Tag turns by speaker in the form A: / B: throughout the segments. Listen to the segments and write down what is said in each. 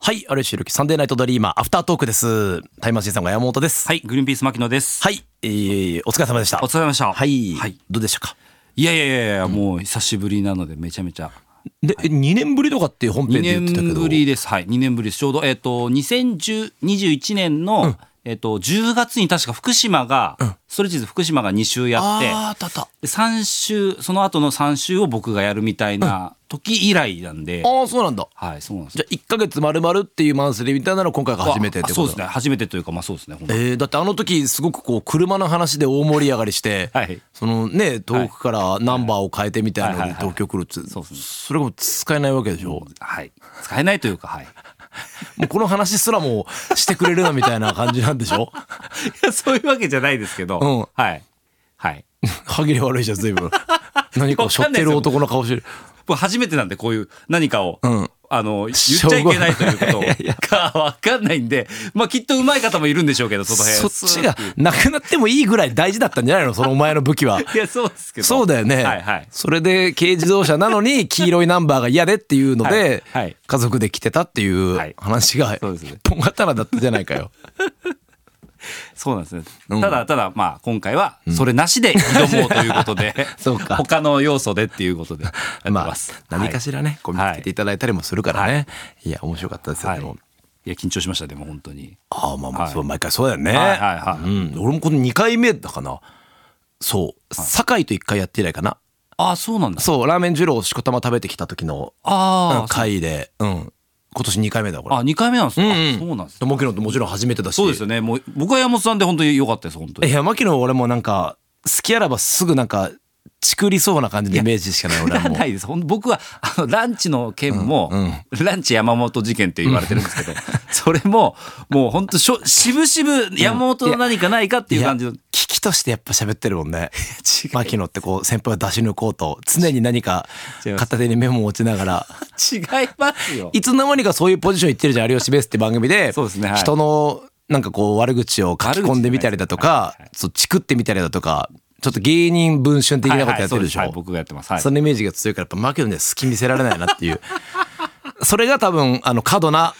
A: はい、有吉弘樹サンデーナイトドリーマーアフタートークです。タイムマシーンさんが山本です。
B: はい、グリーンピース牧野です。
A: はい、えー、お疲れ様でした。
B: お疲れ様でした。
A: はい、
B: はい。
A: どうでしたか。
B: いやいやいやいや、もう久しぶりなので、めちゃめちゃ。
A: で、二年ぶりとかって本編
B: 2
A: で言ってたけ
B: 年
A: ど。
B: ぶりです。はい、2年ぶりです。ちょうど、えっ、と、2021年の、えっ、と、10月に確か福島が、ストレッチーズ福島が2週やって、
A: ああ、たった。あ
B: で3週、その後の3週を僕がやるみたいな時以来なんで、
A: あ、そうなんだ。
B: はい、そうなんです
A: じ
B: よ
A: ゃあ一ヶ月まるまるっていうマンスリーみたいなの今回が初めてってこと
B: あそうですね。初めてというか、まあそうですね。ほんと
A: えー、だってあの時すごくこう車の話で大盛り上がりして、
B: はい
A: そのね遠くからナンバーを変えてみたいなの
B: はい
A: に
B: はいはい
A: 東京来るって、
B: そうですね
A: それがもう使えないわけでしょ、も
B: はい。使えないというか、はい。
A: うこの話すらもしてくれるなみたいな感じなんでしょ
B: いや、そういうわけじゃないですけど、
A: うん
B: はい。はい。
A: 歯切れ悪いじゃん 随分何かを背負ってる男の顔してる
B: 僕初めてなんでこういう何かを、
A: うん
B: あの言っちゃいけないということ
A: いやいや
B: かわかんないんで、まあ、きっと上手い方もいるんでしょうけどその
A: そ
B: 辺
A: っちがなくなってもいいぐらい大事だったんじゃないのそのお前の武器は
B: いやそうですけど
A: そうだよね、
B: はいはい
A: それで軽自動車なのに黄色いナンバーが嫌でっていうので、
B: はいはい
A: 家族で来てたっていう
B: はい
A: 話が、
B: そうですね
A: とんがったらだったじゃないかよ
B: そうなんですね、
A: ん
B: ただただまあ今回はそれなしで挑もうということで、
A: そうか
B: 他の要素でっていうこと でやって
A: まあ
B: ます、
A: 何か
B: ら、
A: しらね、こう見つけていただいたりもするからね、い、や面白かったですよ、
B: はい
A: で
B: はい
A: も、
B: いや緊張しましたでも本当に
A: ああまあまあ、
B: はい
A: そう毎回そうだよね、
B: はいはいは
A: う
B: い
A: ん、俺もこの2回目だかなそう堺と1回やって以来かな
B: ああそうなんだ
A: そうラーメン二郎をしこたま食べてきた時の
B: ああ、
A: 回で、うん、今年2回目だこれ
B: あ二回目なんですか、
A: うん
B: あそうなんですね
A: で牧野ってもちろん初めてだし
B: そうですよねもう僕は山本さんで本当に良かったです本当に
A: いや牧野俺もなんか好きあらばすぐなんかチクりそうな感じのイメージしか ない俺は
B: な
A: もう
B: ないです。ほん僕はあのランチの件も、ランチ山本事件って言われてるんですけど、それももう本当しょ渋々山本の何かないかっていう感じの、
A: いや危機としてやっぱ喋ってるもん ね牧野ってこう先輩を出し抜こうと常に何か
B: 違います
A: 片手にメモを持ちながら
B: 違いますよ。
A: いつの間にかそういうポジションいってるじゃん「有吉ベース」って番組で
B: そうですねはい
A: 人のなんかこう悪口を書き込んでみたりだとか
B: 悪口じゃないですはいはい
A: そうチクってみたりだとかちょっと芸人文春的なことやってるでしょ、
B: はいはいそうすはい僕がやってます。はい。
A: そのイメージが強いからやっぱマケドには好き見せられないなっていう それが多分あの過度な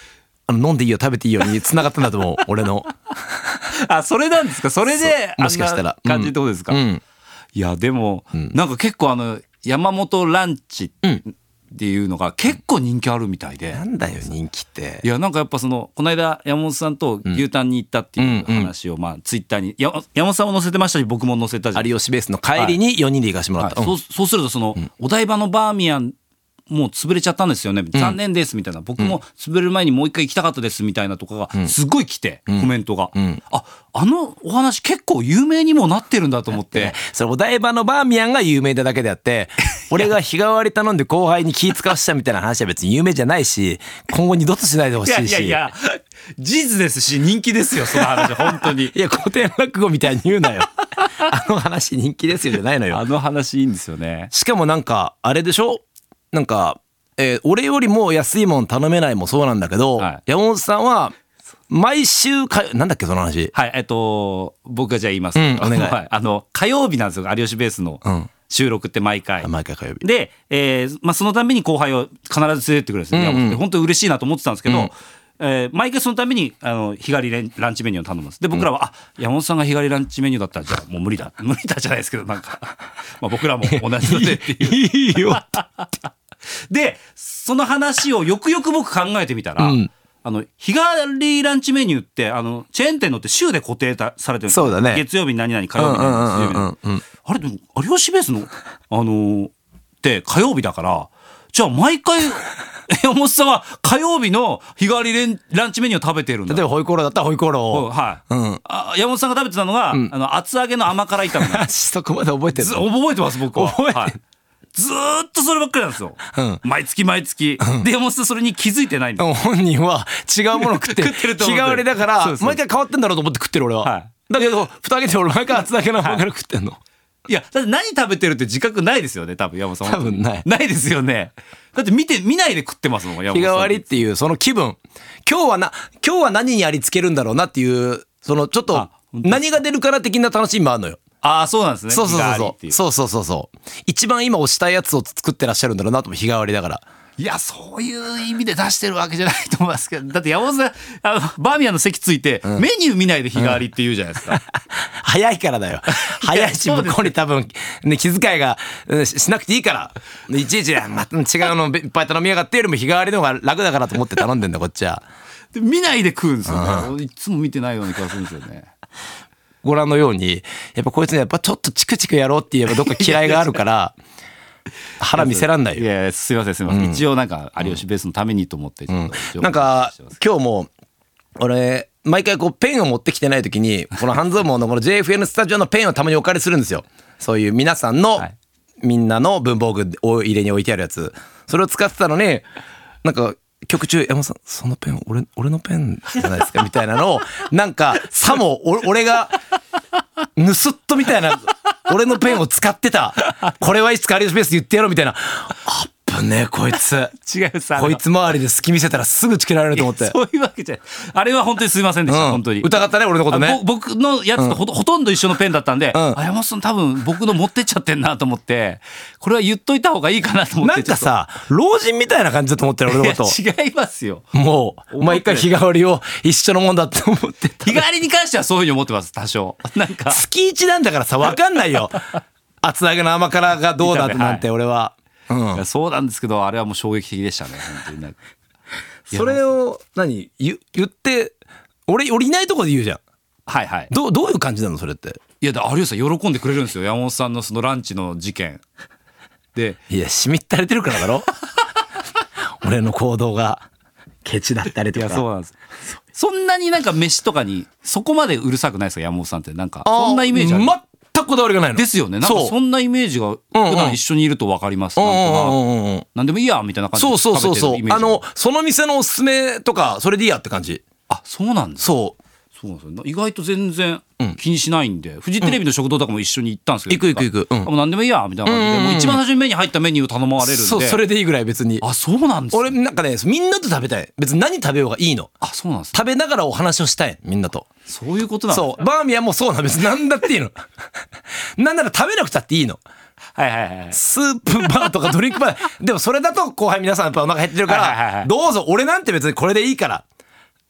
A: あの飲んでいいよ食べていいよに繋がったんだと思う俺の
B: あそれなんですか。それで
A: そうもしかしたら
B: あんな感じってことですか。
A: うん
B: いやでも、なんか結構あの山本ランチっていうのが結構人気あるみたいで。
A: なんだよ人気って
B: いやなんかやっぱそのこの間山本さんと牛タンに行ったっていう話をまあツイッターにや山本さんも載せてましたし僕も載せたじゃ ん、
A: 有吉ベースの帰りに4人で行かしてもら
B: は
A: っ
B: い
A: た、うん
B: そうそうするとそのお台場のバーミヤンもう潰れちゃったんですよね残念ですみたいな僕も潰れる前にもう一回行きたかったですみたいなとかがすごい来てコメントがああのお話結構有名にもなってるんだと思って
A: それお台場のバーミヤンが有名なだけであって俺が日替わり頼んで後輩に気使わせたみたいな話は別に有名じゃないし今後二度としないでほ
B: い
A: しいし
B: 事実ですし人気ですよその話本当 に
A: いや古典落語みたいに言うな よあの話人気ですよじゃないのよ
B: あの話いいんですよね
A: しかもなんかあれでしょなんか、えー俺よりも安いもん頼めないもそうなんだけど、
B: はい
A: 山本さんは毎週かなんだっけその話
B: はい、えっと、僕がじゃあ言います。
A: うんお願い
B: はいあの、火曜日なんですよ、有吉ベースの
A: うん
B: 収録って毎回。
A: 毎回火曜日
B: で、えーまあ、そのために後輩を必ず連れてってくれるんですよ、
A: うんうん
B: 山本って本当に嬉しいなと思ってたんですけど、
A: うん
B: えー毎回そのためにあの日帰りレンランチメニューを頼むんですで僕らは、あ山本さんが日帰りランチメニューだったらじゃあもう無理だ無理だじゃないですけどなんか、 まあ、僕らも同じのでっていう
A: いい よ
B: でその話をよくよく僕考えてみたら、
A: うん
B: あの日替わりランチメニューってあのチェーン店のって週で固定たされてるんです
A: そうだね
B: 月曜日に何々火曜日に何々水曜日に
A: うんうんう
B: 何々
A: んうん
B: あれでも有吉ベースのあのーって火曜日だからじゃあ毎回 山本さんは火曜日の日替わりレンランチメニューを食べてるんだ
A: 例えばホイコーローだったらホイコーロー
B: うん
A: を、
B: はい、
A: うん
B: あ山本さんが食べてたのが、あの厚揚げの甘辛炒めなんです
A: そこまで覚えてる
B: ず
A: の
B: 覚えてます僕は
A: 覚えてる
B: はいずーっとそればっかりなんですよ、
A: うん
B: 毎月毎月、で山本さんそれに気づいてないんです、
A: でも本人は違うもの食って
B: 食ってると思う
A: 日替わりだから
B: そうそう
A: 毎回変わってんだろうと思って食ってる俺は、
B: はい
A: だけど蓋開けて俺毎回厚だけの方から食ってんの、
B: いやだって何食べてるって自覚ないですよね多分山本さん
A: 多分ない
B: ないですよねだって見て見ないで食ってますもん山
A: 日
B: 本
A: 替
B: さん
A: わりっていうその気分今日はな今日は何にありつけるんだろうなっていうそのちょっと
B: あ本当
A: 何が出るから的な楽しみもあるのよ。
B: ああそうなんですね
A: そうそう
B: 日替わり
A: そ
B: っていうう
A: そうそうそうそう一番今推したいやつを作ってらっしゃるんだろうなとも日替わりだから
B: いやそういう意味で出してるわけじゃないと思いますけどだって山本さんあのバーミヤンの席ついて、メニュー見ないで日替わりって言うじゃないですか、
A: 早いからだよ。早いし、
B: そう
A: 向
B: です
A: こうに多分、ね、気遣いがうんししなくていいから。いちいち、また違うのいっぱい頼みやがってよりも日替わりの方が楽だからと思って頼んでんだ、こっちは。
B: で見ないで食うんですよね、いつも見てないような気がするんですよね
A: ご覧のように、やっぱこいつね、やっぱちょっとチクチクやろうって言えばどっか嫌いがあるから、腹見せらんないよ
B: い。やいやすいませんすいません、一応なんか有吉ベースのためにと思ってちょっと情報
A: なんか
B: してます
A: 今日も俺毎回こうペンを持ってきてない時 にこの半蔵門のこの JFN スタジオのペンをたまにお借りするんですよそういう皆さんの、
B: はい
A: みんなの文房具を入れに置いてあるやつそれを使ってたのになんか曲中山本さんそのペン俺俺のペンじゃないですかみたいな のをなんかさもお俺が盗っ人みたいな俺のペンを使ってたこれはいつかアリオスペースで言ってやろうみたいなあっぶねえこいつ。
B: 違うさ
A: こいつ周りで隙見せたらすぐつけられると思って。
B: そういうわけじゃないあれは本当にすいませんでした、
A: うん
B: 本当に
A: 疑ったね、俺のこと
B: あ
A: ね
B: ぼ。僕のやつとほと,、ほとんど一緒のペンだったんで、あ山本さん多分僕の持ってっちゃってんなと思ってこれは言っといた方がいいかなと思って
A: なんかさ、老人みたいな感じだと思ってる、
B: ちょ
A: 俺の
B: っ
A: こと
B: と。いや違いますよ
A: もう、毎回日替わりを一緒のもんだって思ってた。
B: 日替わりに関してはそういうふうに思ってます 多少なんか
A: 月一なんだからさ、わかん ないよ。厚揚げの甘辛がどうだなんて、俺は。うん。
B: そうなんですけどあれはもう衝撃的でしたね本当になんか
A: それを、何言言って、俺、俺いないとこで言うじゃん。
B: はいはい
A: どう、どういう感じなのそれって。
B: いやだ有吉さん喜んでくれるんですよ山本さんのそのランチの事件で
A: いや、しみったれてるからだ ろ俺の行動が、ケチだったりとか。
B: うなんですそんなになんか飯とかにそこまでうるさくないですか山本さんってなんか
A: あー
B: そんなイメージある
A: 全くこだわりがないの。
B: ですよね。なんか
A: そう
B: そんなイメージが普段一緒にいると分かります。
A: う
B: なんんとなく
A: うんうんうんうん
B: なんでもいいやみたいな感じ
A: そ
B: で
A: うそうそう
B: 食
A: そ
B: べ
A: う
B: てるイメー
A: あ
B: ジが
A: のその店のおすすめとかそれでいいやって感じ
B: あそうなんです。
A: そ
B: そうなんですよ。意外と全然気にしないんで、フジテレビの食堂とかも一緒に行ったんですけど。
A: 行く行く行くうん
B: あもう何でもいいやみたいな感じで、もう一番最初に目に入ったメニューを頼まれるんで。
A: うそうそれでいいぐらい別に
B: あそうなんです。
A: 俺なんかねみんなと食べたい別に何食べようがいいの
B: あそうなんです。
A: 食べながらお話をしたいみんなと
B: そういうことなんです。
A: そうバーミヤンもそうなの別に何だっていいの なんなら食べなくたっていいの
B: はいはいはい。
A: スープバーとかドリンクバー でもそれだと後輩皆さんやっぱお腹減ってるか
B: はいはいは
A: ら
B: い
A: どうぞ俺なんて別にこれでいいから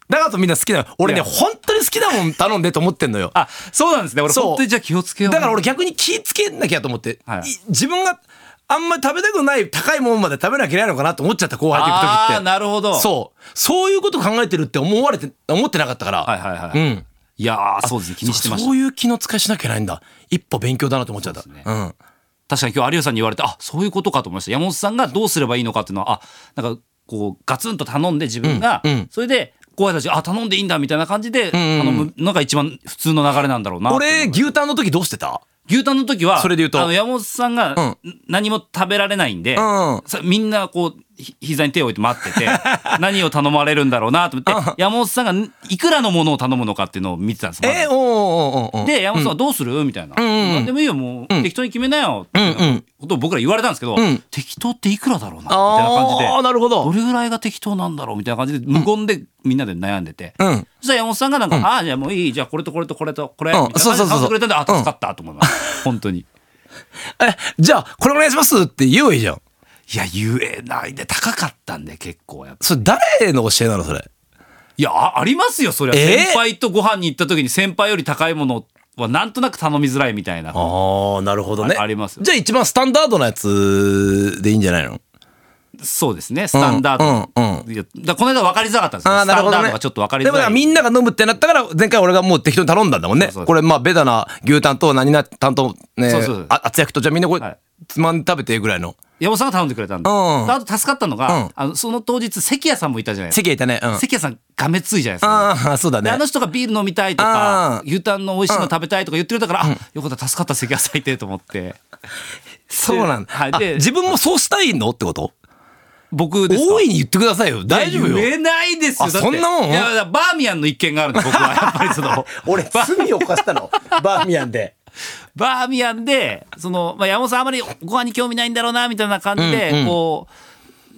A: だからとみんな好きなの俺ね
B: いや
A: 本当に好きなもん頼んでと思ってんのよ
B: あそうなんですね。俺
A: そう
B: 本当にじゃあ気をつけよう。
A: だから俺逆に気ぃつけなきゃと思って、
B: はい
A: い自分があんまり食べたくない高いもんまで食べなきゃいけないのかなと思っちゃった後輩と行く時
B: あ
A: っ
B: あ
A: て
B: なるほど。
A: そうそういうこと考えてるって思われて思ってなかったから、
B: はいはいはい。
A: うん
B: いやーそうですね気にしてまし
A: そ
B: た
A: う。いう気の使いしなきゃいけないんだ一歩勉強だなと思っちゃったう,、
B: うです
A: ん
B: 確かに今日有吉さんに言われてあそういうことかと思いました山本さんがどうすればいいのかっていうのはあなんかこうガツンと頼んで自分が、
A: うんうん
B: それで後輩たちがあ頼んでいいんだみたいな感じで
A: ん
B: 頼むのが一番普通の流れなんだろうなと思い
A: 俺
B: ます
A: 牛タンの時どうしてた
B: 牛タンの時は
A: それで言うと
B: あの山本さんがん何も食べられないんで、
A: ん
B: さみんなこうひ膝に手を置いて待 ってて何を頼まれるんだろうなと思って山本さんがいくらのものを頼むのかっていうのを見てたんですまず
A: えー、おーおーおーおー
B: で山本さんはどうする、みたいな、何でもいいよもう、適当に決めなよってことを僕ら言われたんですけど、適当っていくらだろうなみたいな感じで
A: あーなるほど
B: どれぐらいが適当なんだろうみたいな感じで無言でみんなで悩んでて、
A: うん
B: そしたら山本さんがなんか「ああじゃあもういいじゃあこれとこれとこれとこれ」
A: うん
B: みたいな感じで買ってくれたんで「あ
A: そうそうそうそう
B: 助かった」と思います、本当に。
A: えじゃあこれお願いしますって言えばいいじゃん
B: いや言えないで高かったんで結構やっぱ
A: それ誰の教えなのそれ
B: いやあありますよそれは、
A: えー
B: 先輩とご飯に行った時に先輩より高いものはなんとなく頼みづらいみたいな
A: ああなるほどね
B: あありますよ
A: じゃあ一番スタンダードなやつでいいんじゃないの
B: そうですねスタンダード、
A: うんうん
B: いやだこの間分かりづらかったんですよ
A: ああ、
B: ス
A: なる
B: タ
A: ほ
B: ンダ
A: ど
B: ー
A: ね。
B: ドがちょっと分かりづ
A: でもだ
B: ら
A: から
B: い
A: みんなが飲むってなったから、前回俺がもう適当に頼んだんだもんね。
B: そうそう
A: これ、まあ、ベタな牛タンと何々担当、ね、
B: そうそう
A: あ厚焼きと、じゃあみんなこれ、
B: はい
A: つまんで食べてぐらいの。
B: 山本さんが頼んでくれたんで、
A: うん
B: あと助かったのが、
A: うん
B: あのその当日関谷さんもいたじゃないですか
A: 席へいたね。うん。あ
B: 関谷さんがめついじゃないですか、
A: あー、そうだ
B: であ
A: ね
B: の。人がビール飲みたいと
A: あ
B: か
A: ー
B: 牛タンの美味しいの食べたいとか言ってくれたから、あよかった助かった関谷さんいてと思って
A: そうなんだ。
B: はい
A: あ
B: で
A: 自分もそうしたいのってこと
B: 僕ですか
A: 大いに言ってくださいよ。大丈夫
B: いや言
A: よ。
B: えないですよ
A: あ
B: だって
A: そんなもん
B: いやだからバーミヤンの一件があるんで僕はやっぱりその
A: 俺、罪を犯した の。バーミヤンで。
B: バーミヤンでその、まあ、山本さんあまりご飯に興味ないんだろうなみたいな感じで、こう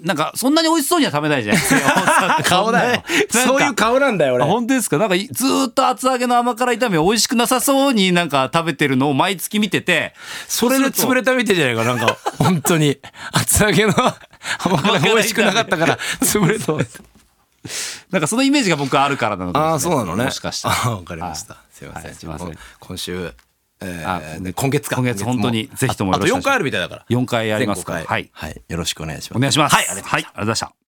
B: なんかそんなに美味しそうには食べないじゃないですか山本さんっ て
A: 顔だよ
B: なんか
A: そういう顔なんだよ
B: あ
A: 俺
B: 本当ですかなんかいずーっと厚揚げの甘辛炒めを美味しくなさそうになんか食べてるのを毎月見てて
A: それで潰れたみたいじゃないかなんか本当に厚揚げの甘辛が美味しくなかったから潰れた
B: なんかそのイメージが僕はあるからなのかも
A: ああー
B: し
A: そ
B: れ
A: う
B: な
A: ないのね
B: もしかした
A: あ
B: ら
A: ーわかりました、
B: はい
A: すいません,、
B: はいすいません
A: 今週、え
B: あ
A: ー、今月か
B: 今月本当にぜひとも
A: ああと4回あるみたいだから
B: 4回やりますか
A: 全
B: ら
A: 5
B: はい
A: はい、よろしくお願いします
B: お願いします
A: はいありがとうございます
B: はいありがとうございました